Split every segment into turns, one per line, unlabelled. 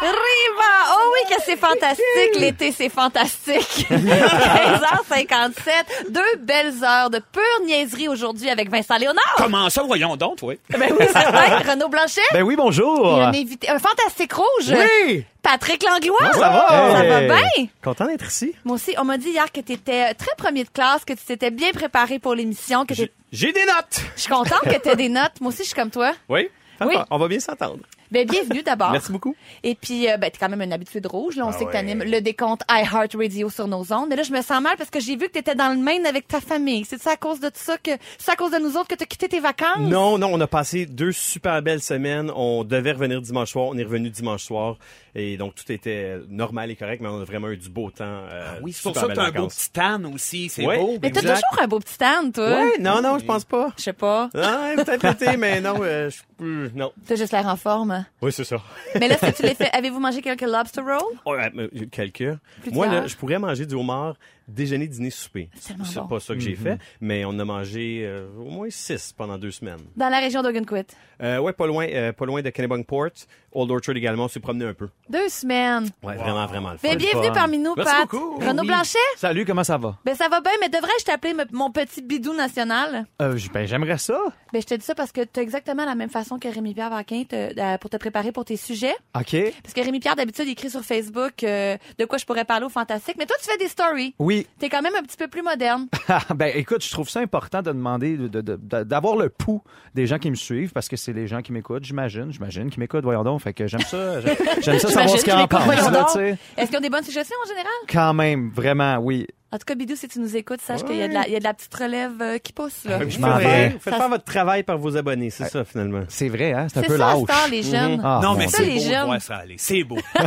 Riva! Oh oui, que c'est fantastique! L'été, c'est fantastique! 15h57, deux belles heures de pure niaiserie aujourd'hui avec Vincent Léonard!
Comment ça, voyons donc, oui.
Ben oui, certain! Renaud Blanchet!
Ben oui, bonjour.
Et un, invité- un fantastique rouge!
Oui.
Patrick Langlois!
Ça va?
Ça
Hey.
va bien?
Content d'être ici.
Moi aussi, on m'a dit hier que tu étais très premier de classe, que tu t'étais bien préparé pour l'émission, que t'es-
J'ai- J'ai des notes.
je suis contente que tu aies des notes. Moi aussi, je suis comme toi.
Oui.
Oui.
On va bien s'entendre.
Ben, bienvenue d'abord.
Merci beaucoup.
Et puis, euh, ben, t'es quand même un habitué de rouge. Là, on sait que t'animes le décompte iHeartRadio sur nos ondes. Mais là, je me sens mal parce que j'ai vu que t'étais dans le Maine avec ta famille. C'est ça à cause de tout ça que, c'est à cause de nous autres que t'as quitté tes vacances?
Non, non, on a passé deux super belles semaines. On devait revenir dimanche soir. On est revenu dimanche soir. Et donc, tout était normal et correct, mais on a vraiment eu du beau temps. euh,
Ah Oui, c'est pour
super
ça que
belles
t'as un beau
vacances.
petit tan aussi. C'est
Oui.
beau.
Mais t'as
exact.
toujours un beau petit âne, toi.
Ouais, non, non, je pense pas.
Je sais pas.
Ah, peut-être l'été, mais non, euh, je- euh, non.
T'as juste l'air en forme.
Oui, c'est ça.
Mais là, est-ce que tu l'as fait, avez-vous mangé quelques lobster rolls?
Ouais, mais, euh, quelques.
Plus
Moi,
tard.
là, je pourrais manger du homard déjeuner, dîner, souper.
tellement
C'est
bon.
pas ça que j'ai fait, mais on a mangé euh, au moins six pendant deux semaines.
Dans la région d'Ogunquit.
Euh, ouais, pas loin, euh, pas loin de Kennebungport. Old Orchard également, on s'est promené un peu.
Deux semaines.
Ouais, vraiment, vraiment le fun.
Ben, bienvenue parmi nous,
Merci
Pat.
beaucoup.
Renaud
Oui.
Blanchet?
Salut, comment ça va?
Ben, ça va bien, mais devrais-je t'appeler me- mon petit bidou national?
Euh, j- ben, j'aimerais ça.
Ben, je te dis ça parce que t'as exactement la même façon que Rémi-Pierre Vaquin te- euh, pour te préparer pour tes sujets.
OK.
Parce que Rémi-Pierre, d'habitude, il écrit sur Facebook euh, de quoi je pourrais parler au Fantastique. Mais toi, tu fais des stories.
Oui.
T'es quand même un petit peu plus moderne.
ben, écoute, je trouve ça important de demander, de- de- de- d'avoir le pouls des gens qui me suivent parce que c'est les gens qui m'écoutent, j'imagine. J'imagine qu'ils m'écoutent, voyons donc. Fait que j'aime ça. J'aime j'aime ça savoir
J'imagine
ce qu'ils en
qu'ils
pensent.
m'écoutent, voyons
là,
donc.
tu sais.
Est-ce qu'ils ont des bonnes suggestions en général?
Quand même, vraiment, oui.
En tout cas, Bidou, si tu nous écoutes, sache qu'il y, a de la- il y a de la petite relève euh, qui pousse. Là.
Fait que
Je
vous
m'en
faites faire-
hein.
vais.
vous faites faire votre travail par vos abonnés, c'est ça finalement.
C'est vrai, hein? C'est un
C'est
peu
ça, à
lâche.
cette heure, les jeunes.
Ah,
Non,
mon
mais
Ça,
c'est
les
beau. de
jeunes.
voir ça aller. C'est beau.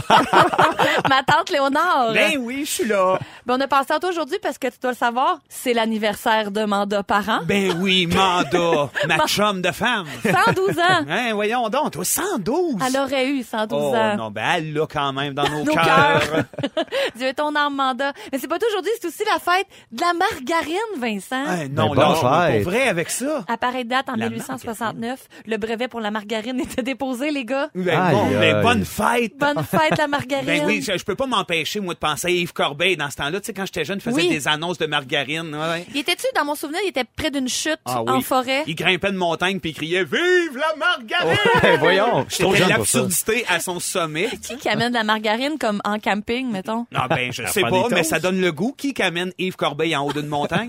Ma tante Léonore.
ben oui, je suis là.
Ben, on a pensé à toi aujourd'hui parce que tu dois le savoir, c'est l'anniversaire de mandat parent.
Ben oui, mandat. ma chum de femme.
112 ans.
Hein, voyons donc, toi, 112.
Elle aurait eu 112
oh,
ans.
non, ben elle l'a quand même dans nos,
Nos
cœurs. Hein?
cœurs. Dieu est ton âme mandat. Mais c'est pas tout aujourd'hui, c'est aussi la fête de la margarine, Vincent.
Hein, non,
Ben,
là,
bonne
on est
fête.
pour vrai avec ça.
À pareille date, en
La
1869, le brevet pour la margarine était déposé, les gars.
Mm.
Ben, bon,
Aïe,
mais
aïe.
bonne fête.
Bonne fête, la margarine.
Ben oui, je, je peux pas m'empêcher, moi, de penser à Yves Corbeil dans ce temps-là. Tu sais, quand j'étais jeune, il faisait
Oui.
des annonces de margarine. ouais.
Il était-tu, dans mon souvenir, il était près d'une chute
Ah oui.
en forêt?
Il grimpait de montagne puis il criait Vive la margarine!
Ben, voyons. Je suis trop
C'était
jeune pour ça.
l'absurdité à son sommet.
Qui qui amène de la margarine comme en camping, mettons?
Ah ben, je sais pas,
faire des
mais
toasts.
ça donne le goût. Qui amène Yves Corbeil en haut d'une montagne?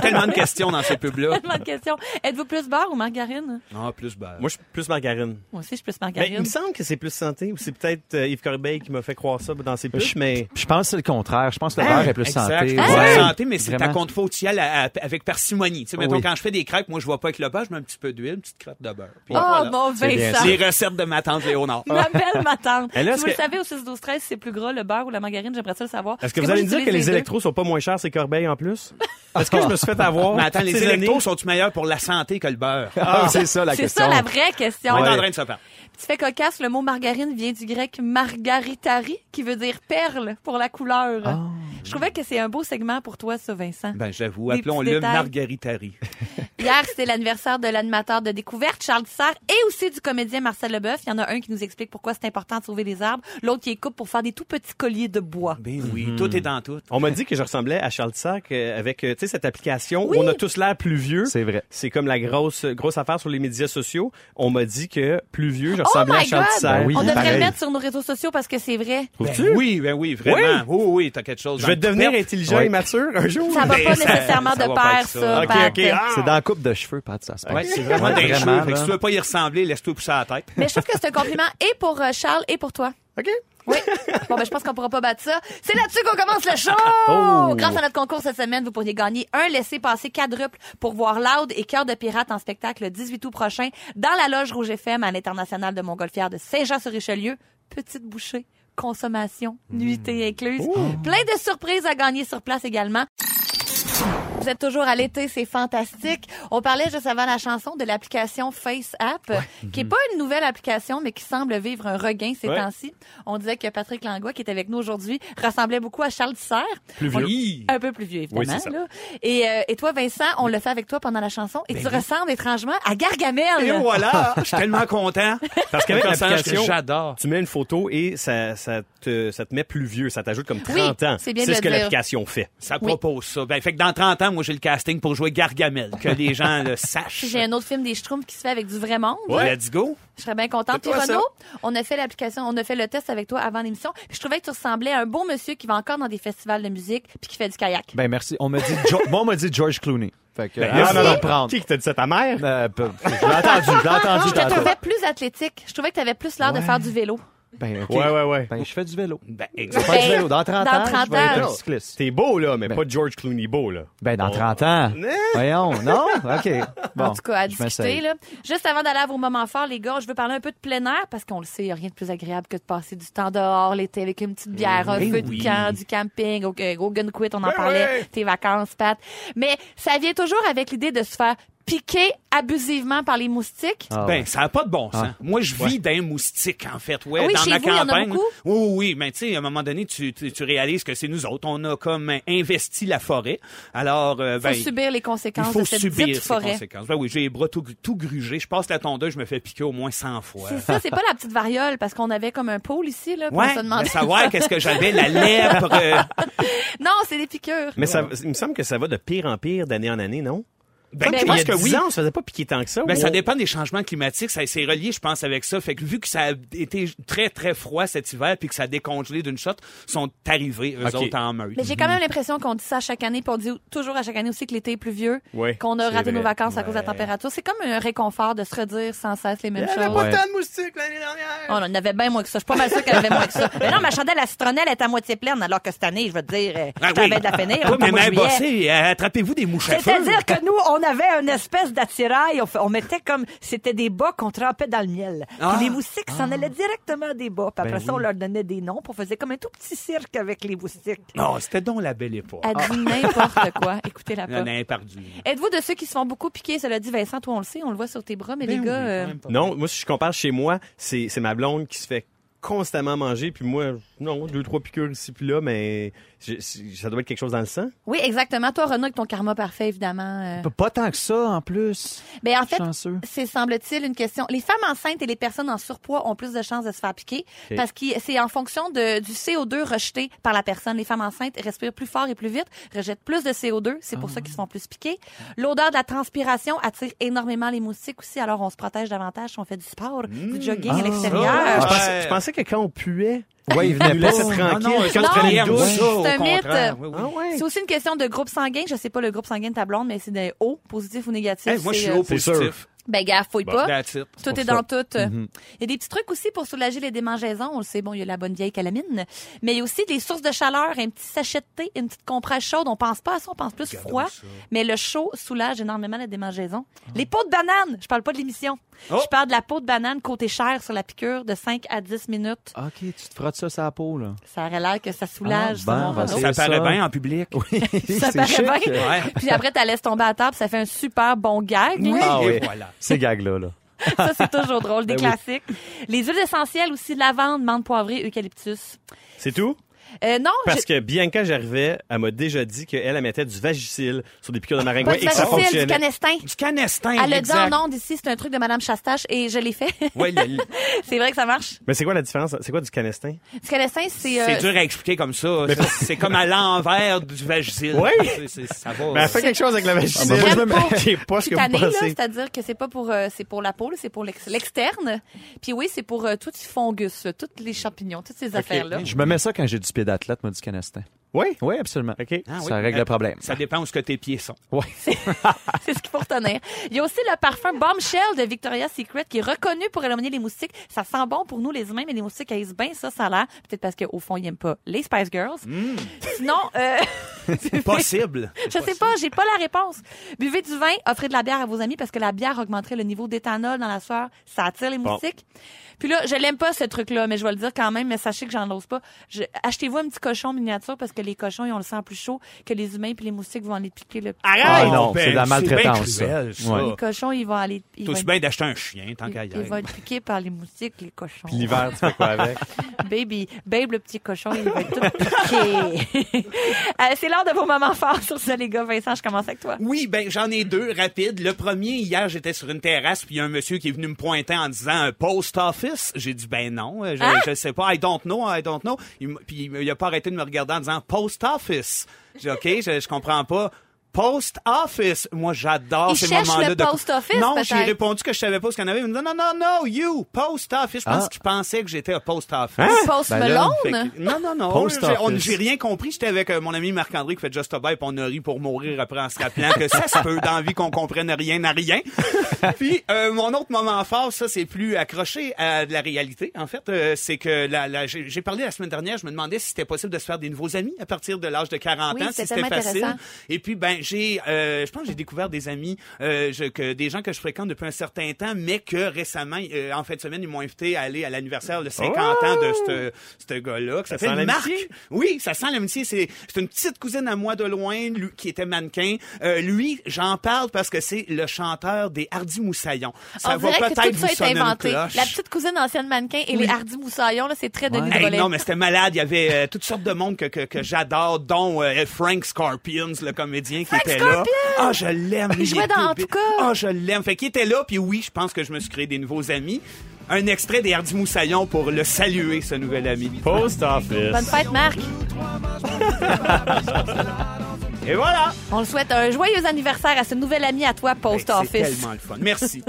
Tellement de questions dans ce pub-là.
Tellement de questions. Êtes-vous plus beurre ou margarine?
Ah, plus ben.
Moi, je suis plus margarine.
Moi aussi, je suis plus
Mais Ben, il
margarine.
me semble que c'est plus santé, ou c'est peut-être euh, Yves Corbeil qui m'a fait croire ça dans ses pubs, mais
Je pense que c'est le contraire. Je pense que le beurre est plus
Hein? Exact,
santé.
je pense
Ouais.
que c'est santé, mais c'est à
Vraiment.
compte fautiel à- à- avec parcimonie. Tu sais, mettons,
Oui.
quand je fais des crêpes, moi, je vois pas avec le beurre, je mets un petit peu d'huile, une petite crotte de beurre. Puis
oh,
voilà.
mon
bien
Vincent!
Les recettes de ma tante Ah. Léonard.
Ma belle, ma tante.
Et là,
si
est-ce
vous le
que-
savez, au 6, 12, 13, c'est plus gras, le beurre ou la margarine, j'aimerais ça le savoir.
est-ce que vous
Parce
allez me
moi,
dire que
j'utilise
les
deux.
électros sont pas moins chers c'est Corbeil en plus Est-ce que je me suis fait avoir
Mais attends, les
toutes ces
électros
années?
sont-tu meilleurs pour la santé que le beurre?
Ah, c'est ça la
C'est
question.
ça la vraie question.
On est en train de se faire.
Tu fais cocasse, le mot margarine vient du grec margaritari, qui veut dire perle pour la couleur.
Ah.
Je trouvais que c'est un beau segment pour toi, ça, Vincent.
Ben, j'avoue,
Des petits
appelons-le
détails.
Margaritari.
Hier, c'était l'anniversaire de l'animateur de découverte, Charles Tissard, et aussi du comédien Marcel Leboeuf. Il y en a un qui nous explique pourquoi c'est important de sauver les arbres, l'autre qui les coupe pour faire des tout petits colliers de bois.
Ben oui,
Mhm.
tout est dans tout.
On m'a dit que je ressemblais à Charles Tissac euh, avec euh, tu sais cette application où on a tous l'air plus vieux.
C'est vrai.
C'est comme la grosse grosse affaire sur les médias sociaux. On m'a dit que plus vieux, je
Oh
ressemblais à
my God!
Charles Tissac.
Ben oui,
On devrait
pareil.
le mettre sur nos réseaux sociaux parce que c'est vrai.
Ben
Trouves-tu?
oui, ben oui, vraiment. Oui, oui, t'as quelque chose.
Je vais
dans le
devenir
couperet.
intelligent
Ouais.
et mature un jour.
Ça va
Ben,
pas
ça-
nécessairement
ça
de
va pas
pair,
être
ça. Ben,
ça.
Ok,
Pat.
ok. Ah!
C'est dans la coupe de cheveux, Pat, ça se passe.
Ouais, c'est vraiment des
Vraiment,
cheveux. Fait que
là.
si tu veux pas y ressembler, laisse-toi pousser à la tête.
Mais je trouve que c'est un compliment et pour euh, Charles et pour toi.
OK.
Oui. Bon, ben, je pense qu'on pourra pas battre ça. C'est là-dessus qu'on commence le show!
Oh!
Grâce à notre concours cette semaine, vous pourriez gagner un laissé-passer quadruple pour voir Loud et Cœur de Pirate en spectacle le 18 août prochain dans la Loge Rouge FM à l'International de Montgolfière de Saint-Jean-sur-Richelieu. Petite bouchée, consommation, nuitée incluse. Plein de surprises à gagner sur place également. Vous êtes toujours à l'été, c'est fantastique. On parlait juste avant la chanson de l'application Face App, qui est pas une nouvelle application, mais qui semble vivre un regain ces
Mm-hmm. Ouais.
temps-ci. On disait que Patrick Langlois, qui est avec nous aujourd'hui, ressemblait beaucoup à Charles Serre.
Plus vieux.
Oui.
Un peu plus vieux, évidemment.
Oui, c'est ça.
là. Et, euh, et toi, Vincent, on le fait avec toi pendant la chanson,
Ben
et tu ressembles étrangement à Gargamel.
Et voilà, je suis tellement content. Parce
qu'avec l'application-
j'adore.
Tu mets une photo et ça, ça, te, ça te met plus vieux, ça t'ajoute comme 30
Oui,
ans.
c'est bien de
ce
le
que
dire.
l'application fait.
Ça propose ça. Ben, fait que dans 30 ans, moi, j'ai le casting pour jouer Gargamel. Que les gens le sachent.
Puis J'ai un autre film des Schtroumpfs qui se fait avec du vrai monde.
Ouais. Let's go.
Je serais bien contente.
C'est
Puis
toi, ça.
Renaud, on a fait l'application, on a fait le test avec toi avant l'émission. Puis je trouvais que tu ressemblais à un beau monsieur qui va encore dans des festivals de musique puis qui fait du kayak.
Ben merci. On m'a dit, Jo- moi, on m'a dit George Clooney. Fait que,
Ah,
Ben,
avant
non,
de
non,
le
non.
prendre.
Qui t'a dit ça, ta mère?
Ben,
Euh, peu- je l'ai entendu, je l'ai entendu
je te
tantôt.
trouvais plus athlétique. Je trouvais que tu avais plus l'air de faire du vélo.
Ben, ok.
Ouais, ouais, ouais.
Ben, je fais du vélo.
Ben,
Je fais du
Ben,
vélo. Dans 30
dans
ans,
30
je vais être
ans.
un
Oh.
cycliste.
T'es beau, là, mais
Ben-
pas George Clooney beau, là.
Ben, dans 30 ans. Voyons, non? OK. Bon,
en tout cas, à
je
discuter.
m'essaye.
Là. Juste avant d'aller à vos moments forts, les gars, je veux parler un peu de plein air parce qu'on le sait, il n'y a rien de plus agréable que de passer du temps dehors l'été avec une petite bière, un
Eh
feu
oui.
de camp, du camping, au, euh, au gun quit, on en parlait, tes vacances, Pat. Mais ça vient toujours avec l'idée de se faire piquer abusivement par les moustiques.
Ah, ouais.
Ben, ça n'a pas de bon sens.
Ah.
Moi, je vis d'un moustique, en fait, ouais,
Ah oui,
dans
chez
ma
vous, il y en a
campagne.
beaucoup?
oui, oui, oui, mais tu sais, à un moment donné, tu, tu, tu réalises que c'est nous autres. On a comme euh, investi la forêt. Alors, euh,
Il faut
ben,
subir les
il
conséquences
faut
de cette
subir
dite
ces
forêt.
conséquences. Ben oui, j'ai les bras tout, tout grugés. Je passe la tondeuse, je me fais piquer au moins 100 fois.
C'est ça, c'est pas la petite variole parce qu'on avait comme un pôle ici là, puis on
Ouais,
se
mais
demandait.
savoir qu'est-ce que j'avais, la lèpre. euh,
Non, c'est des piqûres.
Mais ça, il me semble que ça va de pire en pire d'année en année, non?
ben,
Ben,
je
moi,
pense
il y a
que
10
oui.
ans, on se faisait pas piquer tant que Ben, ça.
Mais ben,
ou-
ça dépend des changements climatiques, ça c'est relié, je pense, avec ça. Fait que vu que ça a été très très froid cet hiver, puis que ça a décongelé d'une shot, sont arrivés eux
Ok.
autres en meute.
Mais j'ai quand même l'impression qu'on dit ça à chaque année, puis on dit toujours à chaque année aussi que l'été est pluvieux,
Ouais,
qu'on a
c'est
raté nos
vrai.
vacances à cause de la
Ouais.
température. C'est comme un réconfort de se redire sans cesse les mêmes choses.
Ouais.
de moustiques l'année dernière.
Oh, on en avait bien moins que ça. Je suis pas mal sûre qu'elle avait moins que ça. Mais non, ma chandelle à citronnelle est à moitié pleine, alors que cette année, je veux te dire, euh,
Ah
je t'avais
oui.
de la finir.
Oui,
au
mais
mois de
même
juillet.
bossé, euh, attrapez-vous des mouches à feu.
C'est-à-dire que nous, on avait une espèce d'attirail. On, fait- on mettait comme... C'était des bas qu'on trempait dans le miel. Puis
Ah. Ben
les moustiques s'en allaient directement des bas. Puis après ça, on leur donnait des noms. Puis on faisait comme un tout petit cirque avec les moustiques.
Non, c'était donc la belle époque.
Elle dit n'importe quoi. Écoutez-la
On
pas.
en a perdu.
Êtes-vous de ceux qui se font beaucoup piquer? Cela dit, Vincent, toi, on le sait, on le voit sur tes bras, mais les gars... euh,
Non, moi, si je compare chez moi, c'est c'est ma blonde qui se fait constamment manger, puis moi, non, deux, trois piqûres ici, puis là, mais j'ai- c'est- ça doit être quelque chose dans le sang.
Oui, exactement. Toi, Renaud, avec ton karma parfait, évidemment. euh,
Pas- Pas tant que ça, en plus.
Ben, en fait,
Chanceux.
c'est, semble-t-il, une question. Les femmes enceintes et les personnes en surpoids ont plus de chances de se faire piquer parce que c'est en fonction de, du CO2 rejeté par la personne. Les femmes enceintes respirent plus fort et plus vite, rejettent plus de CO2. C'est pour ça qu'ils se font plus piquer. L'odeur de la transpiration attire énormément les moustiques aussi. Alors, on se protège davantage si on fait du sport, du jogging à l'extérieur.
Je,
Ah,
pensais,
ouais.
je pensais que quand on puait,
Ouais, il venait
nous laissait
pas.
tranquille.
non,
quand
non,
on prenait une
non,
douche,
ça, au
C'est un mythe.
contraire. Oui, oui.
Ah ouais.
C'est aussi une question de groupe sanguin. Je sais pas le groupe sanguin de ta blonde, mais c'est des hauts, positifs ou négatifs.
Hey, moi, je suis
C'est,
au
euh,
c'est sûr.
positif.
Ben, gars, fouille pas.
That's it.
Tout est dans tout. Il y a des petits trucs aussi pour soulager les démangeaisons. On le sait, bon, il y a la bonne vieille calamine. Mais il y a aussi des sources de chaleur, un petit sachet de thé, une petite compresse chaude. On pense pas à ça, on pense plus froid. Mais le chaud soulage énormément la démangeaison. Les peaux de banane, je parle pas de l'émission.
Oh.
Je parle de la peau de banane côté chair sur la piqûre de 5 à 10 minutes.
OK, tu te frottes ça sur la peau, là.
Ça aurait l'air que ça soulage.
Ah, bon,
selon
ben,
Renaud.
c'est
Ça
ça.
paraît bien en public.
ça
C'est
paraît
chic.
bien.
Ouais.
Puis après, tu laisses tomber à table, ça fait un super bon gag. là.
Ah
Et
oui.
voilà.
Ces gags-là, là.
Ça, c'est toujours drôle, des
Ben
classiques. Les huiles essentielles aussi, lavande, menthe poivrée, eucalyptus.
c'est tout?
Euh, non,
Parce que Bianca, j'arrivais, elle m'a déjà dit qu'elle, elle mettait du vagicile sur des piqûres de
je... pas
maringouin
du
et que ça
facile, du
fonctionnait.
canestin.
Du canestin,
Elle le dit oh en
exact.
ondes ici, c'est un truc de Madame Chastache et je l'ai fait.
Ouais, le- le-
c'est vrai que ça marche.
Mais c'est quoi la différence? C'est quoi du canestin?
Du canestin, c'est... euh,
c'est dur à expliquer comme ça. C'est- C'est comme à l'envers du vagicile.
Oui.
C'est- c'est- Ça va.
Mais Ben, elle fait quelque chose avec la vagicile.
C'est vraiment pas
Ah, ben, Je sais pas ce que
cutanée,
vous
là,
pensez.
c'est-à-dire que c'est pas pour euh, c'est pour la peau, là, c'est pour l'ex- l'externe. Puis oui, c'est pour euh, tout le fungus, là, tous les champignons, toutes ces affaires-là.
Je me mets ça quand j'ai du pied d'athlète, moi, du canestin.
Oui?
Oui, absolument.
OK.
Ah oui.
Ça règle le problème.
Ça dépend où ce que tes pieds sont.
C'est ce qu'il faut retenir. Il y a aussi le parfum Bombshell de Victoria's Secret qui est reconnu pour éliminer les moustiques. Ça sent bon pour nous les humains, mais les moustiques haïssent bien ça, ça a l'air. Peut-être parce qu'au fond, ils n'aiment pas les Spice Girls.
Hmm.
Sinon, euh,
Possible.
je sais pas, j'ai pas la réponse. Buvez du vin, offrez de la bière à vos amis parce que la bière augmenterait le niveau d'éthanol dans la soirée. Ça attire les moustiques. Puis là, je l'aime pas ce truc-là, mais je vais le dire quand même, mais sachez que j'en ose pas. Je- Achetez-vous un petit cochon miniature parce que que les cochons, ils ont le sang plus chaud, que les humains puis les moustiques vont aller piquer le petit.
Arrête!
Ah non,
Ben,
c'est de la maltraitance,
C'est bien cruel,
ça.
ça.
Ouais.
Les cochons, ils vont aller. Ils
T'as
vont
aussi
être-
bien d'acheter un chien, tant qu'à y
ils vont
aller.
être piqués par les moustiques, les cochons.
Puis l'hiver, tu fais quoi avec?
Baby, babe, le petit cochon, il va être tout piqué. Euh, c'est l'heure de vos moments forts sur ça, les gars. Vincent, je commence avec toi.
Oui, ben j'en ai deux rapides. Le premier, hier, j'étais sur une terrasse, puis il y a un monsieur qui est venu me pointer en disant euh, post office. J'ai dit ben non, euh, je,
Hein?
je sais pas, I don't know, I don't know. Il m- puis il m- il a pas arrêté de me regarder en disant post office. J'ai dit, ok, je, je comprends pas. Post office, moi j'adore
Il
ces
cherche
moments-là
le
de
post office,
Non,
peut-être.
j'ai répondu que je savais pas ce qu'il y en avait. Il me dit non non non, you post office. Je
Ah.
pense qu'il pensait que j'étais à post office.
Post
Ben là,
Fait
Malone.
que- Non, non, non.
Post
J'ai- on-
office.
J'ai rien compris. J'étais avec euh, mon ami Marc-André qui fait Just a Vibe, on a ri pour mourir après en se rappelant que ça se peut d'envie qu'on comprenne rien à rien. Puis, euh, mon autre moment fort, ça, c'est plus accroché à de la réalité, en fait. Euh, c'est que la, la- j'ai j'ai parlé la semaine dernière, je me demandais si c'était possible de se faire des nouveaux amis à partir de l'âge de 40
Oui,
ans,
c'était
si c'était
tellement
facile.
intéressant.
Et puis, ben, j'ai, euh, je pense que j'ai découvert des amis, euh, je- que, des gens que je fréquente depuis un certain temps, mais que récemment, euh, en fin de semaine, ils m'ont invité à aller à l'anniversaire de 50
Oh!
ans de ce- ce gars-là, qui
sent
s'appelle Marc.
l'amitié.
Oui, ça sent l'amitié. C'est c'est une petite cousine à moi de loin, lui, qui était mannequin. Euh, lui, j'en parle parce que c'est le chanteur des Hardy Moussaillons. Ça
on
va
dirait que
peut-être
tout
vous
ça est
sonner une
inventé. La
cloche.
petite cousine ancienne mannequin et les hardis moussaillons, là, c'est très Denis
Hey,
Drolet.
non, mais c'était malade. Il y avait euh, toutes sortes de monde que, que, que j'adore, dont euh, Frank Scorpions, le comédien qui était là. Ah, je l'aime. lui,
Il jouait
est
dans
tout
En
bi-
tout cas.
Ah, je l'aime. Fait qu'il était là, puis oui, je pense que je me suis créé des nouveaux amis. Un extrait des Hardy Moussaillons pour le saluer, ce nouvel ami.
Post
Bonne
office.
fête, Marc.
Et voilà!
On le souhaite un joyeux anniversaire à ce nouvel ami à toi, Post
Hey, Ben, C'est
Office.
tellement le fun. Merci.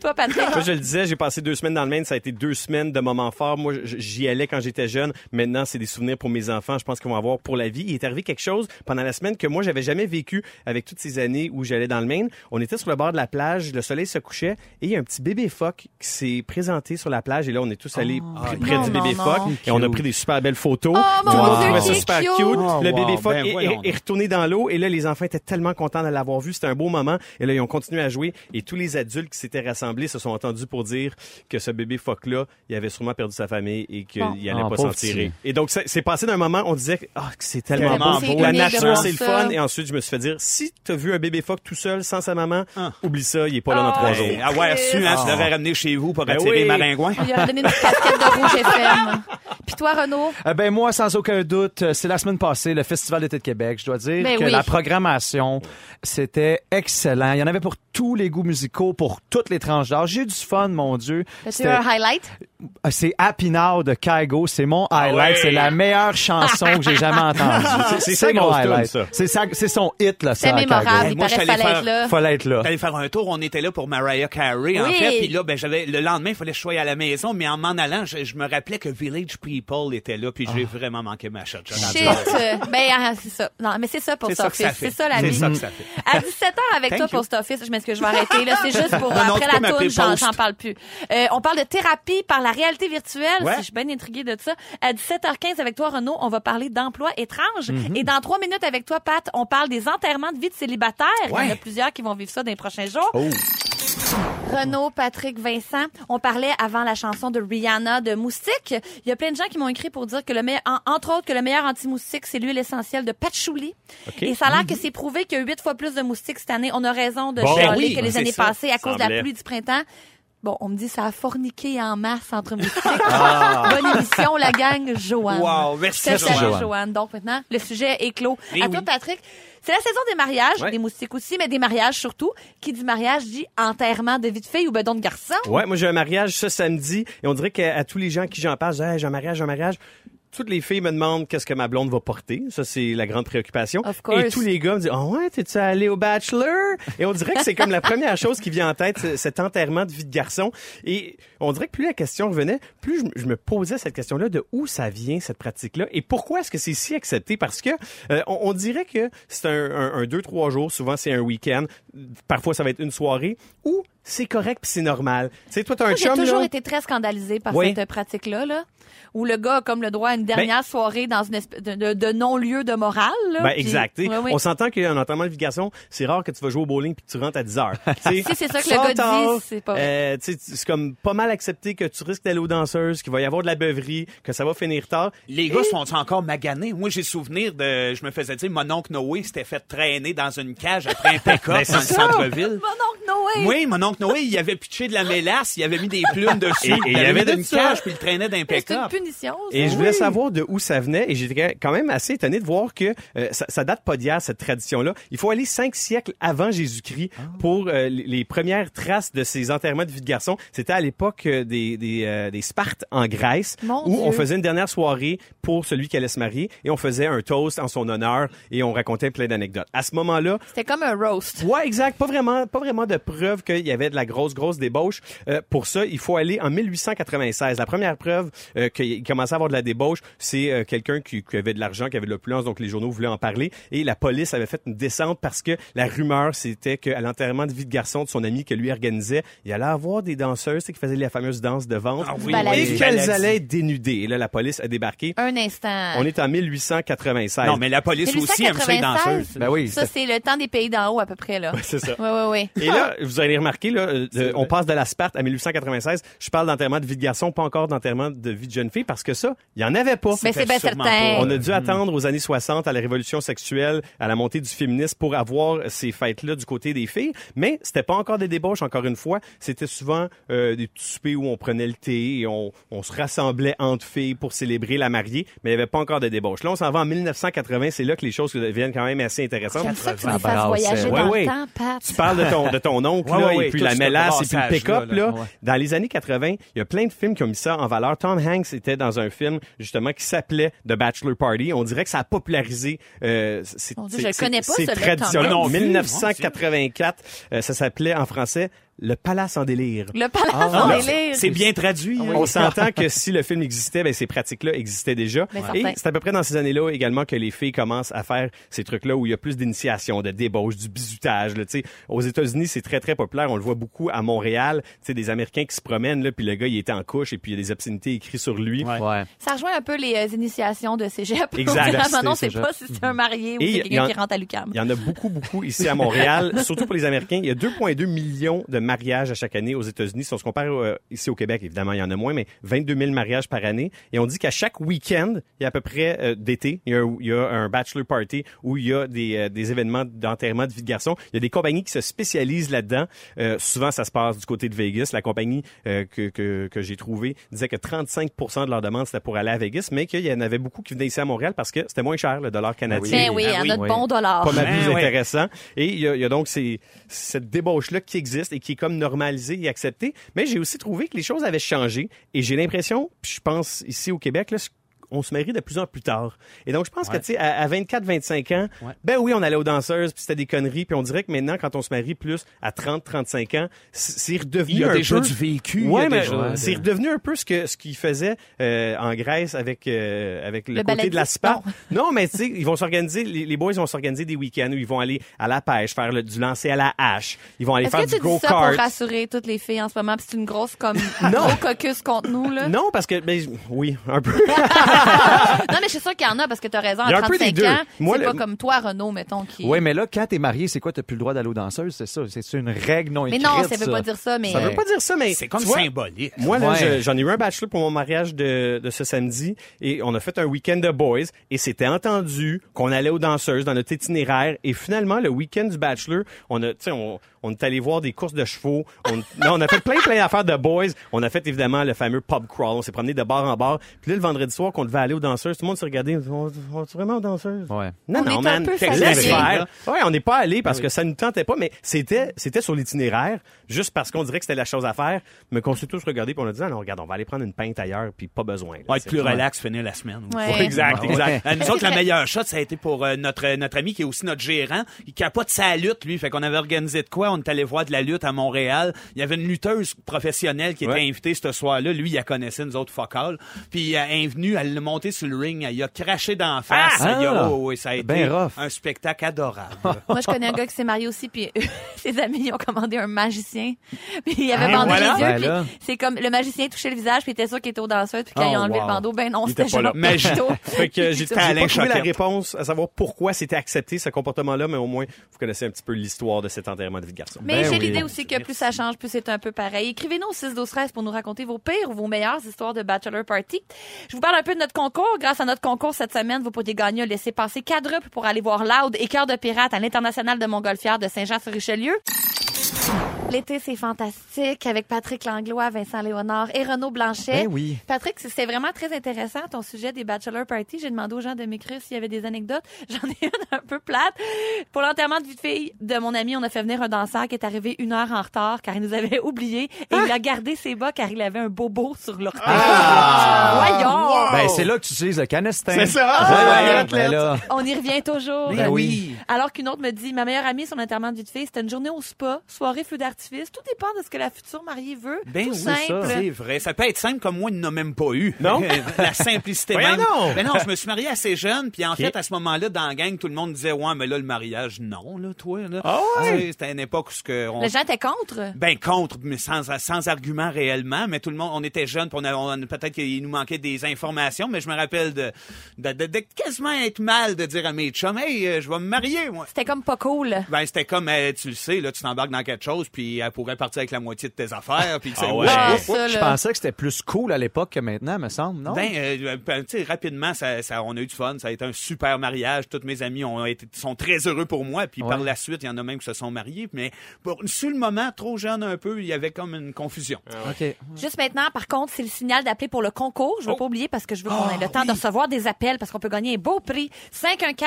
Toi, Patrick.
Moi, je le disais, j'ai passé deux semaines dans le Maine. Ça a été deux semaines de moments forts. Moi, j- j'y allais quand j'étais jeune. Maintenant, c'est des souvenirs pour mes enfants. Je pense qu'ils vont avoir pour la vie. Il est arrivé quelque chose pendant la semaine que moi, j'avais jamais vécu avec toutes ces années où j'allais dans le Maine. On était sur le bord de la plage, le soleil se couchait et il y a un petit bébé phoque qui s'est présenté sur la plage. Et là, on est tous allés pr- près
non,
du
non,
bébé
Ah. non.
phoque et on a pris des super belles photos.
Oh, mon
Tout le monde
Dieu,
trouvait
qui
ça
est
super
cute.
cute.
Oh,
le
wow.
bébé phoque
Ben,
est-
voyons
est, est retourné dans l'eau et là, les enfants étaient tellement contents de l'avoir vu. C'était un beau moment. Et là, ils ont continué à jouer et tous les adultes qui s'étaient rassemblés se sont entendus pour dire que ce bébé phoque-là, il avait sûrement perdu sa famille et qu'il
Bon.
allait
Ah,
pas s'en
pauvre
tirer.
petit.
Et donc, c'est c'est passé d'un moment, on disait que ah, que c'est tellement
tellement
beau.
beau.
C'est
La
unique de
nature,
voir
c'est le
ça.
fun. Et ensuite, je me suis fait dire, si t'as vu un bébé phoque tout seul, sans sa maman,
Ah.
oublie ça, il est pas là dans
Oh.
trois jours.
Hey, avoir su, hein, je devrais ramener chez vous pour
Ah. Ben
attirer
oui.
les maringouins.
Il a donné une casquette de rouge FM. Puis toi, Renaud,
Euh, ben moi, sans aucun doute, euh, c'est la semaine passée, le Festival d'été de Québec. Je dois dire
Ben
que
oui.
la programmation, c'était excellent. Il y en avait pour tous les goûts musicaux, pour toutes les tranches d'âge. J'ai eu du fun, mon Dieu.
as-tu eu
C'était-
un highlight?
euh, C'est Happy Now de Kaigo. C'est mon highlight. C'est la meilleure chanson que j'ai jamais entendue.
Ah c'est sa
mon
grosse tune,
highlight.
ça.
C'est sa- c'est son hit, là, ça,
C'est mémorable.
Kaigo.
Il paraît
Moi, je
que
suis allé
fallait être
faire-
là.
Fallait être là.
Ah.
J'allais faire un tour, on était là pour Mariah Carey, en
Oui.
fait. Puis là, ben, j'avais, le lendemain, il fallait que je sois à la maison, mais en m'en allant, je, je me rappelais que Village People était là, puis
Ah.
j'ai vraiment manqué ma shot. J'en ai
Shit!
adoré.
ben, ah, c'est ça. Non, mais c'est ça pour
C'est ça que ça
Office.
fait.
C'est ça la
C'est
vie.
ça que ça fait.
À 17 h avec
Thank
toi
you.
pour Office, je m'excuse, je vais arrêter. Là, c'est juste pour
Non, non, tu
après
peux
la
m'appeler
toune, j'en,
Post.
j'en parle plus. Euh, on parle de thérapie par la réalité virtuelle.
Ouais.
Si je suis bien intriguée de ça. À 17h15 avec toi, Renaud, on va parler d'emploi étrange.
Mm-hmm.
Et dans trois minutes avec toi, Pat, on parle des enterrements de vie de célibataires. Il y en a
Ouais.
plusieurs qui vont vivre ça dans les prochains jours. Renaud, Patrick, Vincent, on parlait avant la chanson de Rihanna de moustique. Il y a plein de gens qui m'ont écrit pour dire que le meilleur, en- entre autres, que le meilleur anti-moustique, c'est l'huile essentielle de patchouli. Et ça a l'air que c'est prouvé qu'il y a huit fois plus de moustiques cette année. On a raison de
Bon,
chialer
ben oui,
que les
c'est
années
ça,
passées à cause de la
semblait.
pluie du printemps. Bon, on me dit ça a forniqué en masse entre moustiques. Bonne émission, la gang, Joanne.
Wow, merci,
Je te salue,
Joanne.
Joanne. Donc maintenant, le sujet est clos.
Eh
à toi,
oui.
Patrick. C'est la saison des mariages, des moustiques aussi, mais des mariages surtout. Qui dit mariage dit enterrement de vie de fille ou bedon de garçon.
Ouais, moi j'ai un mariage ce samedi et on dirait qu'à à tous les gens à qui j'en parle, je dis, Hey, j'ai un mariage, j'ai un mariage. Toutes les filles me demandent qu'est-ce que ma blonde va porter. Ça, c'est la grande préoccupation.
Of course.
Et tous les gars me disent, oh ouais, t'es-tu allé au bachelor? Et on dirait que c'est comme la première chose qui vient en tête, ce- cet enterrement de vie de garçon. Et on dirait que plus la question revenait, plus je, m- je me posais cette question-là de où ça vient, cette pratique-là, et pourquoi est-ce que c'est si accepté? Parce que euh, on, on dirait que c'est un, un, un deux, trois jours. Souvent, c'est un week-end. Parfois, ça va être une soirée. Ou c'est correct puis c'est normal. Tu sais, toi, t'as un
Moi, J'ai
chum,
toujours
là.
été très scandalisée par
Oui. Ben,
cette euh, pratique-là, là, où le gars a comme le droit à une dernière soirée dans une espèce de, de- de non-lieu de morale. là,
Ben,
puis-
exact. tu sais.
Ouais, ouais.
On s'entend qu'en entraînement de navigation, c'est rare que tu vas jouer au bowling puis que tu rentres à 10 heures. Tu sais,
Si, c'est ça que
tu
le
sors
gars dit,
tard,
c'est pas
euh, tu sais, c'est comme pas mal accepté que tu risques d'aller aux danseuses, qu'il va y avoir de la beuverie, que ça va finir tard.
Les gars sont encore maganés. Moi, j'ai souvenir de. Je me faisais dire, mon oncle Noé s'était fait traîner dans une cage après un pick-up
Ben,
dans le centre-ville.
Mon oncle Noé!
Oui, mon oncle Noé, il avait pitché de la mélasse, il avait mis des plumes dessus,
Et- et
il avait mis
de
une
ça.
cage, puis il traînait d'un
C'est une
pick-up.
punition. ça.
Et je voulais savoir de où ça venait et j'étais quand même assez étonné de voir que euh, ça, ça date pas d'hier cette tradition-là. Il faut aller cinq siècles avant Jésus-Christ
Ah.
pour euh, les, les premières traces de ces enterrements de vie de garçon. C'était à l'époque euh, des des, euh, des Spartes en Grèce
Mon
où on
Dieu.
faisait une dernière soirée pour celui qui allait se marier et on faisait un toast en son honneur et on racontait plein d'anecdotes. À ce moment-là,
C'était comme un roast.
Ouais, exact. Pas vraiment, pas vraiment de preuve qu'il y avait de la grosse, grosse débauche. Euh, pour ça, il faut aller en 1896. La première preuve euh, qu'il commençait à avoir de la débauche, c'est euh, quelqu'un qui, qui avait de l'argent, qui avait de l'opulence, donc les journaux voulaient en parler. Et la police avait fait une descente parce que la rumeur, c'était qu'à l'enterrement de vie de garçon de son ami que lui organisait, il allait avoir des danseuses tu sais, qui faisaient la fameuse danse de ventre.
Ah oui,
Baladi.
Et
oui.
qu'elles
Baladi.
allaient être dénudées. Et là, la police a débarqué.
Un instant.
On est en 1896.
Non, mais la police aussi aime ça, les
1896.
danseuses.
Ben oui,
Ça, c'est le temps des pays d'en haut, à peu près, là.
c'est ça.
Oui, oui, oui.
Et là, vous allez remarquer, là, euh, de- on passe de la Sparte à 1896. Je parle d'enterrement de vie de garçon, pas encore d'enterrement de vie de jeune fille, parce que ça, il n'y en avait pas.
Mais c'est
fait
bien
sûrement
certain.
pas.
On a dû attendre aux années 60, à la révolution sexuelle, à la montée du féminisme pour avoir ces fêtes-là du côté des filles. Mais c'était pas encore des débauches, encore une fois. C'était souvent euh, des petits soupers où on prenait le thé et on, on se rassemblait entre filles pour célébrer la mariée, mais il n'y avait pas encore de débauche. Là, on s'en va en 1980. C'est là que les choses deviennent quand même assez intéressantes.
J'aime ça que tu
Ah,
les
bah,
fasses
on
voyager
sait.
Ouais,
dans
ouais.
le temps, Pat.
Tu parles de ton, de ton oncle,
Ouais,
là,
ouais,
et
ouais,
puis
tout
la
ce
mélasse, et puis le
brassage-là,
pick-up, là.
là.
Dans les années 80, il y a plein de films qui ont mis ça en valeur. Tom Hanks était dans un film, justement, qui s'appelait The Bachelor Party. On dirait que ça a popularisé, euh, ces-
Mon Dieu,
ces-
je le connais
ces-
pas,
ces
celui-là, Tom
traditions-là.
Hanks.
En 1984, euh, ça s'appelait, en français, Le Palace en délire.
Le palace en
Ah,
délire. Ah
C'est bien traduit. hein.
On s'entend que si le film existait, ben, ces pratiques-là existaient déjà.
Mais
Et
Ben, certain.
c'est à peu près dans ces années-là également que les filles commencent à faire ces trucs-là où il y a plus d'initiation, de débauche, du bisutage. Là, tu sais. Aux États-Unis, c'est très, très populaire. On le voit beaucoup à Montréal. Tu sais, Des Américains qui se promènent, là, puis le gars, il est en couche et puis il y a des obscénités écrites sur lui.
Ouais.
Ouais.
Ça rejoint un peu les euh, initiations de cégep.
Exact.
On dit, ah, non,
Cité,
c'est pas si c'est un marié ou
Mm-hmm. Et
c'est
il y en-
quelqu'un qui rentre à l'UQAM.
Il y en a beaucoup, beaucoup ici à Montréal, surtout pour les Américains. Il y a 2,2 millions de mariages à chaque année aux États-Unis. Si on se compare euh, ici au Québec, évidemment, il y en a moins, mais 22 000 mariages par année. Et on dit qu'à chaque week-end, il y a à peu près euh, d'été, il, y a- il y a un bachelor party où il y a des, euh, des événements d'enterrement de vie de garçon. Il y a des compagnies qui se spécialisent là-dedans. Euh, souvent, ça se passe du côté de Vegas. La compagnie euh, que, que, que j'ai trouvée disait que 35 de leurs demandes, c'était pour aller à Vegas, mais qu'il y en avait beaucoup qui venaient ici à Montréal parce que c'était moins cher, le dollar canadien
Ben oui,
Ah
à
oui,
notre
oui.
bon dollar.
pas mal plus
Ben ouais.
intéressant. Et il y a, il y a donc ces- cette débauche-là qui existe et qui est comme normalisée et acceptée. Mais j'ai aussi trouvé que les choses avaient changé et j'ai l'impression, puis je pense ici au Québec, là, on se marie de plus en plus tard. Et donc, je pense que, tu sais, à, à 24, 25 ans,
Ouais.
ben oui, on allait aux danseuses, puis c'était des conneries, puis on dirait que maintenant, quand on se marie plus à 30, 35 ans, c- c'est redevenu
Il y
un
a déjà
peu...
du vécu.
Ouais,
il y a
mais
déjà-
euh, c'est redevenu un peu ce que ce qu'ils faisaient euh, en Grèce avec euh, avec le,
Le
côté de la
baladiste,
SPA. Non, mais tu sais, ils vont s'organiser. Les, les boys vont s'organiser des week-ends où ils vont aller à la pêche, faire le, du lancer à la hache. Ils vont aller
Est-ce
faire
que
du
tu dis ça pour
go-kart.
rassurer toutes les filles en ce moment? Puis c'est une grosse comme gros caucus contre nous là.
Non, parce que ben, j- oui, un peu.
Non, mais je suis sûre qu'il y en a parce que t'as raison.
Il y a
À
un peu des
35
deux.
ans,
Moi,
c'est
le-
pas comme toi, Renaud, mettons, qui.
Oui, mais là, quand t'es marié, c'est quoi? T'as plus le droit d'aller aux danseuses? C'est ça? C'est une règle non
Mais
écrite,
non, ça veut pas dire ça, mais. euh,
Ça veut pas dire ça, mais
C'est comme
tu vois,
symbolique.
Moi, là,
Ouais.
je- j'en ai eu un bachelor pour mon mariage de, de ce samedi et on a fait un week-end de boys et c'était entendu qu'on allait aux danseuses dans notre itinéraire et finalement, le week-end du bachelor, on a, tu sais, on, on est allé voir des courses de chevaux. On, non, on a fait plein, plein d'affaires de boys. On a fait évidemment le fameux pub crawl. On s'est promené de bar en bar. Puis là, le vendredi soir, qu'on devait aller aux danseuses, tout le monde s'est regardé. On va vraiment aux danseuses?
Ouais.
Non,
On
non,
est un
man.
peu
Fait que
fatigué.
laisse faire. Ouais, on n'est pas allé parce que ça nous tentait pas, mais c'était, c'était sur l'itinéraire, juste parce qu'on dirait que c'était la chose à faire, mais qu'on s'est tous regardés pour on a dit, ah non, regarde, on va aller prendre une pinte ailleurs, puis pas besoin. là.
On va être
C'est
plus
pas-
relax, finir la semaine.
Ouais.
Ouais, Exact,
Ouais.
exact. Euh, Nous autres, la meilleure shot, ça a été pour euh, notre, euh, notre ami qui est aussi notre gérant. Il capote sa lutte, lui. Fait qu'on avait organisé de quoi? On est allé voir de la lutte à Montréal. Il y avait une lutteuse professionnelle qui
Ouais.
était invitée ce soir-là. Lui, il la connaissait, nous autres, focal. Puis, elle est venue, elle elle l'a monté sur le ring, elle y a craché d'en face.
Ah!
elle y a-
Ah!
oh, oui, ça a été
Ben rough.
un spectacle adorable.
Moi, je connais un gars qui s'est marié aussi, puis ses amis ils ont commandé un magicien. Puis il avait
Hein,
bandé
voilà.
les yeux,
Ben
puis
là.
c'est comme le magicien touchait le visage, puis il était sûr qu'il était aux danseuses, puis quand
Oh,
il a enlevé
wow.
le bandeau, ben non,
Il
c'était
était pas
genre
là.
Magie.
Fait que j'ai j'ai
à
pas
Alain
trouvé la
Choquette.
réponse à savoir pourquoi c'était accepté ce comportement-là, mais au moins vous connaissez un petit peu l'histoire de cet enterrement de vie de garçon.
Mais
Ben
j'ai
oui.
l'idée aussi que plus ça change, plus c'est un peu pareil. Écrivez-nous au 6 12 13 pour nous raconter vos pires ou vos meilleures histoires de Bachelor Party. Je vous parle un peu de notre concours. Grâce à notre concours cette semaine, vous pourriez gagner un laissez-passer quadruple pour aller voir Loud et Cœur de Pirate à l'international de Montgolfière de Saint-Jean-sur-Richelieu. L'été, c'est fantastique avec Patrick Langlois, Vincent Léonard et Renaud Blanchet.
Ben oui.
Patrick, c'est vraiment très intéressant ton sujet des bachelor parties. J'ai demandé aux gens de m'écrire s'il y avait des anecdotes. J'en ai une un peu plate. Pour l'enterrement de vie de fille de mon ami, on a fait venir un danseur qui est arrivé une heure en retard car il nous avait oublié et il a gardé ses bas car il avait un bobo sur l'orteil. Voyons!
Ben, c'est là que tu utilises le canestin.
C'est ça.
Ouais,
Ah,
ouais,
ouais,
ben là.
On y revient toujours.
Ben
oui.
Alors qu'une autre me dit, ma meilleure amie, son enterrement de vie de fille, c'était une journée au spa, soirée feu d'artifice. Tout dépend de ce que la future mariée veut.
Ben
Tout
oui,
simple.
ça.
C'est vrai. Ça peut être simple comme moi, il n'a même pas eu.
Non?
La simplicité
Voyons
même.
donc!
Mais non, je me suis marié assez jeune, puis en fait, à ce moment-là, dans la gang, tout le monde disait, ouais, mais là, le mariage, non, là, toi, là.
Ah
Tu sais, C'était une époque où ce que on
Les gens étaient contre.
Ben contre, mais sans, sans argument réellement. Mais tout le monde, on était jeunes, puis on, a- on- peut-être qu'il nous manquait des informations, mais je me rappelle de, de, de- de quasiment être mal de dire à mes chums, hey, euh, je vais me marier, moi.
C'était comme pas cool.
Ben c'était comme, euh, tu le sais, là, tu t'embarques dans quelque chose, puis elle pourrait partir avec la moitié de tes affaires, puis c'est
Ah
oups,
ouais.
Ah,
oups, oups.
ça,
Je
là.
pensais que c'était plus cool à l'époque que maintenant, me semble, non?
Ben, euh, ben, tu sais, rapidement, ça, ça- on a eu du fun. Ça a été un super mariage. Toutes mes amies ont été, sont très heureux pour moi. Puis par
Ouais.
la suite, il y en a même qui se sont mariés. Mais pour, sur le moment, trop jeune un peu, il y avait comme une confusion.
Ben
OK.
Juste maintenant, par contre, c'est le signal d'appeler pour le concours. Je veux pas oublier parce que je veux qu'on ait le temps de recevoir des appels parce qu'on peut gagner un beau prix.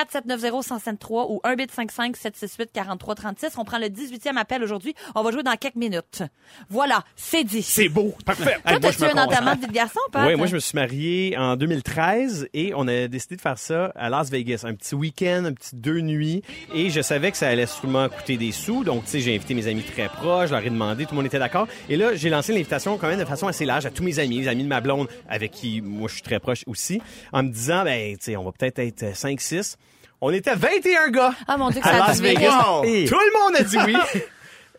514-790-1073 ou 1-855-768-4336. On prend le 18e appel aujourd'hui. On va jouer dans quelques minutes. Voilà, c'est dit.
C'est beau. Parfait.
Toi, t'as-tu un enterrement de vie de garçon, Pat? hein?
Oui, moi je me suis marié en 2013 et on a décidé de faire ça à Las Vegas, un petit week-end, un petit deux nuits et je savais que ça allait sûrement coûter des sous, donc tu sais j'ai invité mes amis très proches, je leur ai demandé, tout le monde était d'accord et là j'ai lancé l'invitation quand même de façon assez large à tous mes amis, les amis de ma blonde avec qui moi je suis très proche aussi, en me disant ben tu sais on va peut-être être 5-6. On était 21 gars
Ah, mon Dieu, que
à
ça a
Las
duré.
Vegas.
Wow!
Et Tout le monde a dit oui.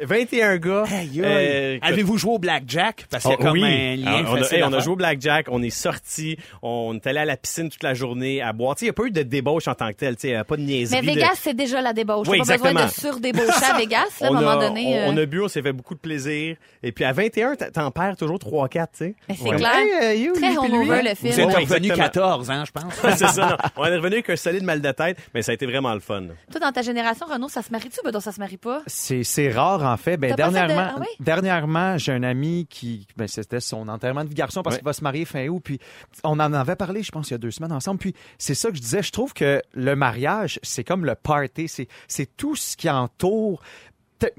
21 gars. Euh, écoute,
Avez-vous joué au blackjack? Parce qu'il y a
Oh,
comme
oui.
un lien
Alors, on, a,
facile
hey,
à
on a
faire.
joué au blackjack, on est sorti, on est allé à la piscine toute la journée à boire. Tu sais, Il n'y a pas eu de débauche en tant que tel, tu sais, euh, pas de niaiserie.
Mais
de-
Vegas, c'est déjà la débauche.
Oui,
T'as pas besoin de
exactement.
surdébaucher à Vegas, là, à un
on,
moment
a,
donné.
on, on
euh,
a bu, on s'est fait beaucoup de plaisir. Et puis à 21, t'a- t'en perds toujours 3-4, tu sais.
Mais ben, c'est
Ouais.
clair.
Hey, euh, you,
Très
you, puis lui.
homover, le film.
Vous êtes
Ouais,
revenu
exactement.
14, hein, je pense.
c'est ça. non. On est revenu avec un solide mal de tête, mais ça a été vraiment le fun.
Toi, dans ta génération, Renaud, ça se marie-tu? Ben, non, ça se marie pas.
C'est, c'est rare, en fait. Ben,
T'as pas fait de-
dernièrement,
ah oui?
dernièrement, j'ai un ami qui, ben, c'était son enterrement de vie de garçon parce
Ouais.
qu'il va se marier fin août. Puis, on en avait parlé, je pense, il y a deux semaines ensemble. Puis, c'est ça que je disais. Je trouve que le mariage, c'est comme le party. C'est, c'est tout ce qui entoure. Peut-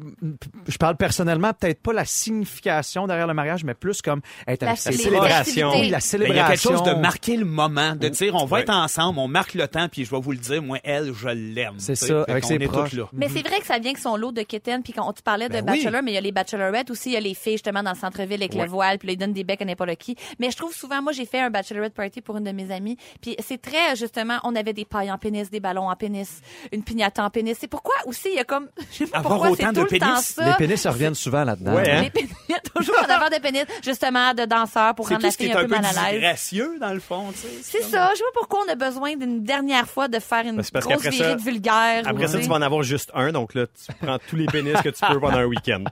Je parle personnellement, peut-être pas la signification derrière le mariage, mais plus comme être
La
avec ses
célé-
proches.
célébration.
l'activité.
Oui, la
Ben, Il y
célébration.
a quelque chose de marquer le moment, de dire on va
Ouais.
être ensemble, on marque le temps, puis je vais vous le dire, moi, elle, je l'aime.
C'est
Tu sais,
ça,
fait
avec
qu'on
ses
est
proches.
toutes là.
Mais c'est vrai que ça vient que son lot de kitten, puis quand on- tu parlais de
Ben oui.
bachelor, mais il y a les bachelorettes aussi, il y a les filles justement dans le centre-ville avec
Ouais.
le voile, puis là, ils donnent des becs à n'importe qui. Mais je trouve souvent, moi j'ai fait un bachelorette party pour une de mes amies, puis c'est très justement, on avait des pailles en pénis, des ballons en pénis, une pignata en pénis. C'est pourquoi aussi il y a comme, je sais pas
Avoir
pourquoi c'est
autant
tout
de
le temps
pénis,
Les
ça.
pénis reviennent souvent là-dedans.
Ouais, hein?
Les pénis, il y a toujours en avoir de pénis, justement, de danseurs pour
C'est
rendre
tout
la
ce qui
fille
est
un
un
peu
peu
mal à l'aise.
disgracieux, dans le fond, tu sais.
C'est ça. Je sais pas pourquoi on a besoin d'une dernière fois de faire une
Ben, c'est parce
grosse
qu'après ça-
virée de vulgaire.
Après
ou,
ça,
tu
tu
sais.
vas en avoir juste un, donc là, tu prends tous les pénis que tu peux pendant un week-end.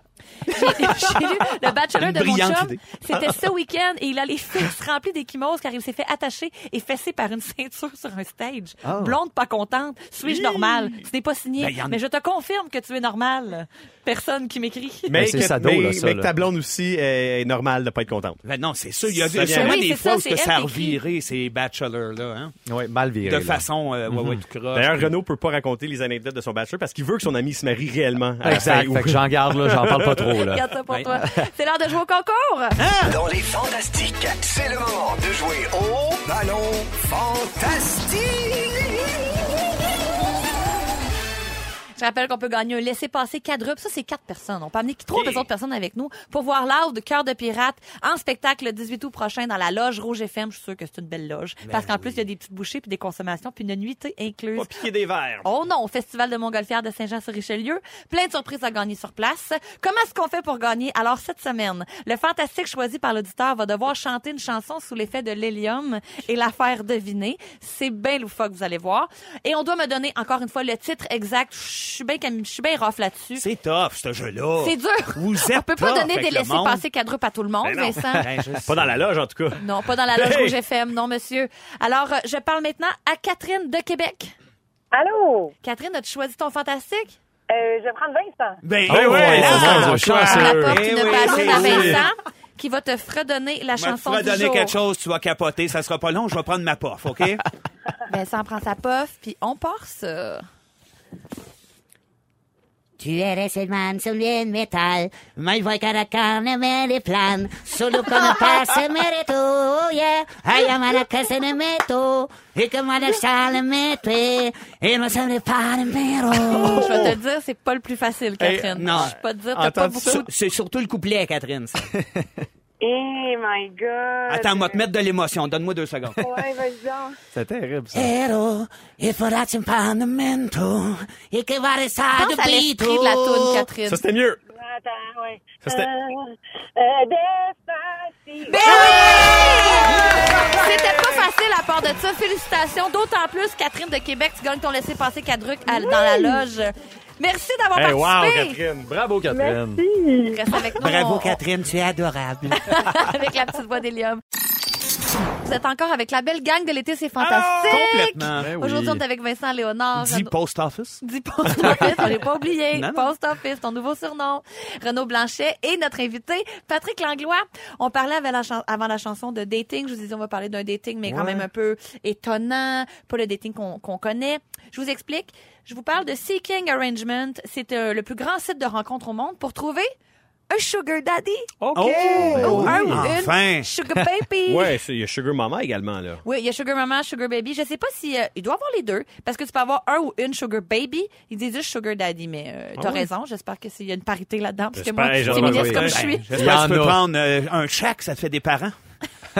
J'ai lu le bachelor
Une
de mon
brillante
chum.
idée.
C'était ce week-end et il a les fesses remplies d'échymoses car il s'est fait attacher et fesser par une ceinture sur un stage.
Ah.
Blonde, pas contente. Suis-je normale? Ce n'est pas signé.
Ben, y en-
Mais je te confirme que tu es normale. Personne qui m'écrit.
Ben, c'est
que,
sado,
mais-
là, ça,
mais que
là.
ta blonde aussi est, est normale de pas être contente.
Ben non, c'est sûr. Il y a
Ça vient-
sûrement
Oui,
des
c'est
fois
ça,
où ce
c'est
que ça a
elle qui écrit.
reviré, ces bachelors-là, hein?
Ouais, mal viré.
De
là.
façon, euh, ouais, ouais,
Mm-hmm.
tout croche.
D'ailleurs, Renaud peut pas raconter les anecdotes de son bachelor parce qu'il veut que son ami se marie réellement. à la fin
Exact.
août.
Fait que j'en garde, là, j'en parle pas trop, là.
Regarde ça pour toi. C'est l'heure de jouer au concours.
Dans les fantastiques, c'est le moment de jouer au ballon fantastique.
Je rappelle qu'on peut gagner un laissez-passer quadruple. Ça, c'est quatre personnes. On peut amener trois autres personnes avec nous pour voir Loud, Cœur de Pirate, en spectacle le 18 août prochain dans la loge Rouge FM. Je suis sûre que c'est une belle loge. Parce qu'en plus, il y a des petites bouchées puis des consommations puis une nuitée incluse.
Pas piquer des verres.
Oh non, au Festival de Montgolfière de Saint-Jean-sur-Richelieu. Plein de surprises à gagner sur place. Comment est-ce qu'on fait pour gagner? Alors, cette semaine, le fantastique choisi par l'auditeur va devoir chanter une chanson sous l'effet de l'hélium et la faire deviner. C'est bien loufoque, vous allez voir. Et on doit me donner, encore une fois, le titre exact. Je suis bien cam- je suis bien rough là-dessus.
C'est tough, ce jeu-là.
C'est dur.
Vous êtes
on peut pas
tough
donner
avec
des
le monde.
laissés-passer quadrupes à tout le monde,
Ben non.
Vincent.
Ben, je sais.
Pas dans la loge, en tout cas.
Non, pas dans la loge
Hey!
Rouge FM, non, monsieur. Alors, euh, je parle maintenant à Catherine de Québec.
Allô?
Catherine, as-tu choisi ton fantastique?
Euh, je vais prendre Vincent.
Ben,
Oh, ouais,
ouais,
c'est
là.
bon,
choix,
On apporte
Eh
une
oui,
balloune
c'est
à
oui.
Vincent qui va te fredonner la
Je vais te
chanson du
redonner
jour.
quelque chose, tu vas capoter, ça sera pas long, je vais prendre ma pof, OK?
Ben, Vincent prend sa puff, puis on part ça.
Tu eres el man som bien metal, mai voi cara carne me le plan, solo como pase mereto, yeah, ay amara que se ne meto, y que mala chale mete, y no se me pare mero.
Oh, Je vais te dire, c'est pas le plus facile, Catherine.
Eh, non.
Je peux pas te dire, t'as pas
Entends-tu
beaucoup. de-
C'est surtout le couplet, Catherine. ça.
Eh, my God.
Attends, moi te mettre de l'émotion, donne-moi deux secondes.
Ouais, vas-y donc.
C'est terrible, ça.
Pero, y fuera chimpanamento, y que va rezar de
Pense à l'esprit de la
Oh!
toune, Catherine.
Ça, c'était mieux.
Attends, ouais.
Ça, c'était-
Euh, euh, Despacito.
Ben oui! C'était pas facile à part de ça. Félicitations. D'autant plus, Catherine de Québec, tu gagnes ton laissé-passer quadruc à- dans la loge. Merci d'avoir
Eh,
Hey, wow,
participé.
Catherine. Bravo, Catherine.
Reste avec nous. on-
Bravo, Catherine, tu es adorable.
avec la petite voix d'Hélium. Vous êtes encore avec la belle gang de l'été, c'est fantastique.
Ah, Complètement.
Ben oui.
Aujourd'hui, on est avec Vincent Léonard.
Dit post office.
Dis Post Office, on l'a pas oublié.
Non, non.
Post Office, ton nouveau surnom. Renaud Blanchet et notre invité, Patrick Langlois. On parlait avant la, chan- avant la chanson de dating. Je vous disais, on va parler d'un dating, mais quand même un peu étonnant. Pas le dating qu'on qu'on connaît. Je vous explique. Je vous parle de Seeking Arrangement. C'est euh, le plus grand site de rencontre au monde pour trouver un sugar daddy
Oh!
ou un ou
Enfin!
une sugar baby.
Ouais, c'est- il y a Sugar Mama également, là.
Oui, il y a Sugar Mama, Sugar Baby. Je sais pas si euh, il doit avoir les deux parce que tu peux avoir un ou une Sugar Baby. Ils disent juste Sugar Daddy, mais euh, t'as raison. J'espère que s'il y a une parité là-dedans parce que moi,
J'espère,
c'est
j'en ai
ministre
envie.
hein.
comme je suis.
Il y
euh, J'espère
en
que tu peux
a.
prendre euh, un chèque, ça te fait des parents.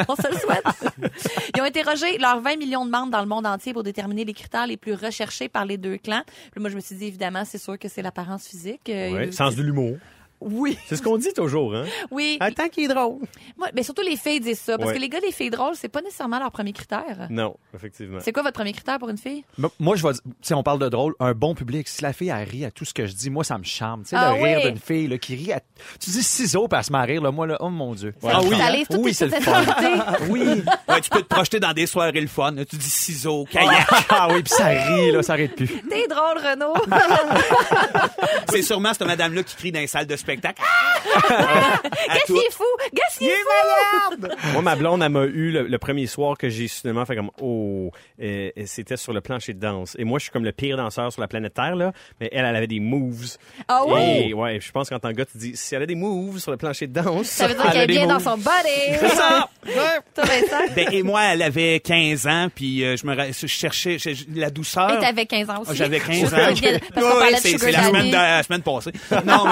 On se le souhaite. Ils ont interrogé leurs 20 millions de membres dans le monde entier pour déterminer les critères les plus recherchés par les deux clans. Puis moi, je me suis dit évidemment, c'est sûr que c'est l'apparence physique. Euh,
Ouais,
il-
Sens de l'humour.
Oui,
C'est ce qu'on dit toujours, hein?
oui.
Attends qu'il est drôle.
Moi, mais surtout les filles disent ça parce
Ouais.
que les gars, les filles drôles, c'est pas nécessairement leur premier critère.
Non, effectivement.
C'est quoi votre premier critère pour une fille?
M- Moi, je vais dire, tu sais, on parle de drôle, un bon public. Si la fille, elle rit à tout ce que je dis, moi, ça me charme. Tu sais,
Ah
le
oui.
rire d'une fille là, qui rit à... Tu dis ciseaux, puis elle se met à rire, là, moi, là, oh mon Dieu.
Ah
Ça
oui,
cristallise
hein?
toutes
Oui,
tes
c'est le fun.
potentialités.
Oui.
Ouais, tu peux te projeter dans des soirées le fun. Tu dis ciseaux, kayak.
ah oui, puis ça rit, là, ça arrête plus.
T'es drôle, Renaud.
C'est sûrement cette madame-là qui crie dans les salles de spectacle. Ah! À
Qu'est-ce
tout.
qu'il est fou? Qu'est-ce qu'il est fou?
Moi, ma blonde, elle m'a eu le, le premier soir que j'ai finalement fait comme oh, euh, et c'était sur le plancher de danse. Et moi, je suis comme le pire danseur sur la planète Terre là, mais elle, elle avait des moves.
Ah oui?
Et, ouais, je pense qu'en tant que gars, tu dis si elle a des moves sur le plancher de danse,
Ça veut
Ah,
dire
elle
qu'elle
a
est
des
bien dans
moves.
son body.
Ça!
Toi, Vincent?
Ben, et moi, elle avait 15 ans, puis euh, je me ra- je cherchais je- je- la douceur.
Et t'avais 15 ans aussi.
Ah, J'avais 15 ans.
Parce qu'on parlait de
c'est
Sugar
c'est la, semaine
Daddy.
de- la semaine passée. Non,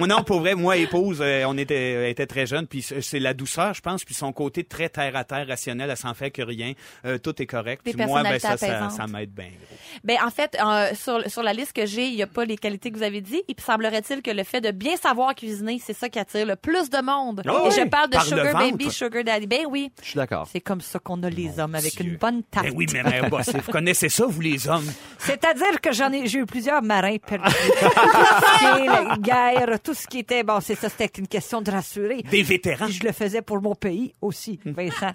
mais, non, pour vrai, moi, épouse, euh, on était, elle était très jeune, puis c'est c'est la douceur, je pense, puis son côté très terre à terre, rationnel, elle s'en fait que rien, Euh, tout est correct.
Des
Puis moi, ben, ça, ça,
personnalités
ça
apaisantes.
m'aide bien. gros.
Ben, en fait, euh, sur, sur la liste que j'ai, il n'y a pas les qualités que vous avez dit. Et puis, semblerait-il que le fait de bien savoir cuisiner, c'est ça qui attire le plus de monde.
Ah
Et
oui,
je parle de
par le
Sugar
ventre.
Baby, Sugar Daddy. Ben oui.
Je suis d'accord.
C'est comme ça qu'on a les hommes, avec
Dieu.
une bonne tarte.
Ben oui, mais mais, boss, vous connaissez ça, vous, les hommes?
C'est-à-dire que j'en ai, j'ai eu plusieurs marins perdus. tout ce qui est la guerre, tout ce qui était, bon, c'est ça, c'était une question de rassurer.
Des vétérans.
Puis je le faisais pour mon pays aussi,
Hum.
Ben, Vincent.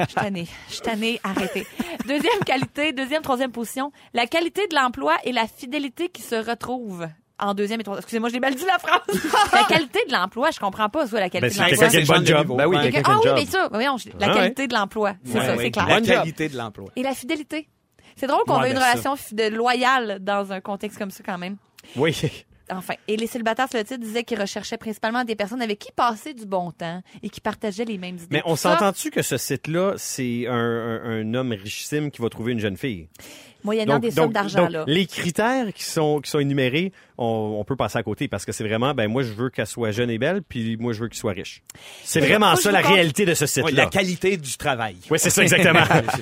Je suis tannée. Je suis tannée. Arrêtez. Deuxième qualité, deuxième, troisième position. La qualité de l'emploi et la fidélité qui se retrouvent. En deuxième et troisième. Excusez-moi, j'ai mal dit la phrase. la qualité de l'emploi, je comprends pas, soit la
Ben,
qualité
c'est
de
quelqu'un
l'emploi.
qui a une bonne job.
Ben oui,
Quelqu'un-
quelqu'un qui a
Ah
un
oui,
job.
bien sûr. Voyons, je- la
Ouais,
qualité de l'emploi. C'est
Ouais,
ça,
ouais.
c'est clair.
La
Bonne job.
qualité de l'emploi.
Et la fidélité. C'est drôle qu'on
Ouais,
ait une
ben ça.
relation fi- de loyale dans un contexte comme ça quand même.
Oui.
Enfin, et les célibataires sur le titre disaient qu'ils recherchaient principalement des personnes avec qui passer du bon temps et qui partageaient les mêmes idées.
Mais on
Ça,
s'entend-tu que ce site-là, c'est un, un- un homme richissime qui va trouver une jeune fille?
Moyennant des sommes d'argent,
donc,
là.
Les critères qui sont, qui sont énumérés, on, on peut passer à côté parce que c'est vraiment, ben moi, je veux qu'elle soit jeune et belle, puis moi, je veux qu'elle soit riche. C'est
Mais
vraiment
moi, je
ça
vous
la
compte-
réalité de ce
Oui, la
site-là.
qualité du travail.
Oui, c'est ça, exactement.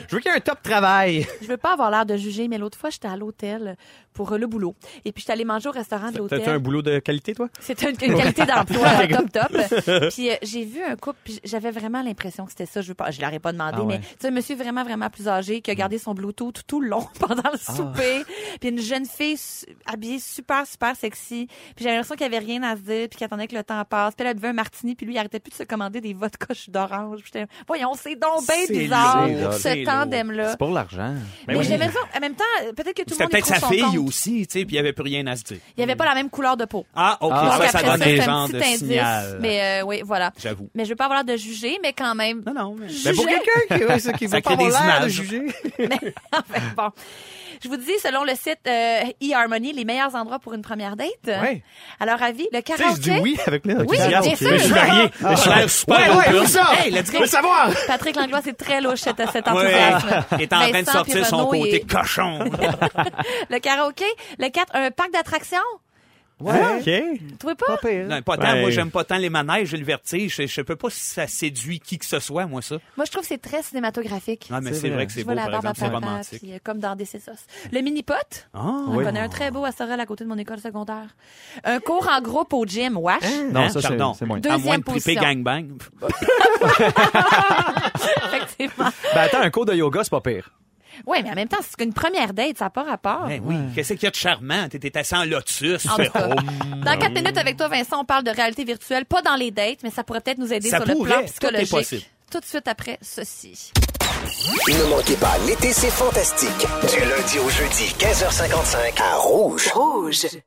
Je veux qu'il y ait un top travail.
Je veux pas avoir l'air de juger, mais l'autre fois, j'étais à l'hôtel pour euh, le boulot. Et puis, j'étais allée manger au restaurant de l'hôtel.
T'as un boulot de qualité, toi?
C'était une, une qualité d'emploi euh, top top. Puis euh, j'ai vu un couple, puis j'avais vraiment l'impression que c'était ça. Je veux pas, je l'aurais pas demandé,
Ah ouais.
mais tu sais, un monsieur vraiment vraiment plus âgé qui a gardé son Bluetooth tout le long pendant le souper. Puis une jeune fille su- habillée super super sexy. Puis j'avais l'impression qu'il y avait rien à se dire, puis qu'elle attendait que le temps passe. Puis elle avait un martini, puis lui il arrêtait plus de se commander des vodka jus d'orange. Puis j'étais, voyons, c'est donc bien
C'est
bizarre
lourd,
c'est
ce
lourd.
tandem là.
C'est pour l'argent.
Mais
oui.
j'ai l'impression, en même temps, peut-être que tout le
C'était
monde y
peut-être
trouve
sa
son
fille
compte.
aussi, tu sais, puis il n'y avait plus rien à se dire.
Il y avait pas la même couleur de peau.
Ah, OK,
Ah,
Donc,
ça, ça
après
donne
ça, c'est
des
un
genres
petit
de
indice.
signal.
Mais euh, oui, voilà.
J'avoue.
Mais je veux pas avoir l'air de juger, mais quand même.
Non, non, mais...
Juger.
qui, ouais, ça, qui
Ça
veut
crée des
l'air
images.
Mais, enfin, bon. Je vous dis, selon le site euh, eHarmony, les meilleurs endroits pour une première date.
Ouais.
Alors, avis, le
Tu sais, je dis
karaoké.
oui avec plein
Ah, Oui,
d'enthousiasme.
bien sûr.
Mais Je suis
Ah.
marié. Mais je suis l'air super
Ouais, ouais,
open.
c'est ça.
Hey, let's go!
Je veux savoir.
Patrick Langlois, c'est très louche cet, cet
Ouais.
enthousiasme.
Il est en train de
Vincent
sortir son
Pironneau
côté
et-
cochon.
Le karaoké. Le 4, un parc d'attractions.
Ouais.
OK.
Tu trouvez pas?
Pas pire.
Non, pas tant.
Ouais.
Moi, j'aime pas tant les manèges, j'ai le vertige. Je, je peux pas si ça séduit qui que ce soit, moi, ça.
Moi, je trouve que c'est très cinématographique.
Non, Ah, mais
C'est
c'est
vrai.
vrai que c'est
Je
beau,
vois la
par
barbe à
exemple. C'est
papa,
romantique.
puis, euh, comme dans des Césos. Le mini-pot.
Ah,
On en connaît un très beau à Sorel à côté de mon école secondaire. Un cours en groupe au gym, wesh.
Hein?
Non, ça, c'est-
pardon.
c'est moins.
Deux-
à
Deuxième
moins de triper
position.
gangbang.
Effectivement.
Ben attends, un cours de yoga, c'est pas pire.
Oui, mais en même temps, c'est une première date, ça n'a pas rapport.
Ben
Ah,
oui, qu'est-ce qu'il y a de charmant? T'es- T'es assis en lotus.
En tout
tu fais,
cas,
oh,
dans quatre minutes avec toi, Vincent, on parle de réalité virtuelle, pas dans les dates, mais ça pourrait peut-être nous aider
Ça
sur le
pourrait, tout
plan
est
psychologique.
possible.
Tout de suite après ceci.
Ne manquez pas, l'été, c'est fantastique. Du lundi au jeudi, 15h55, à Rouge.
Rouge.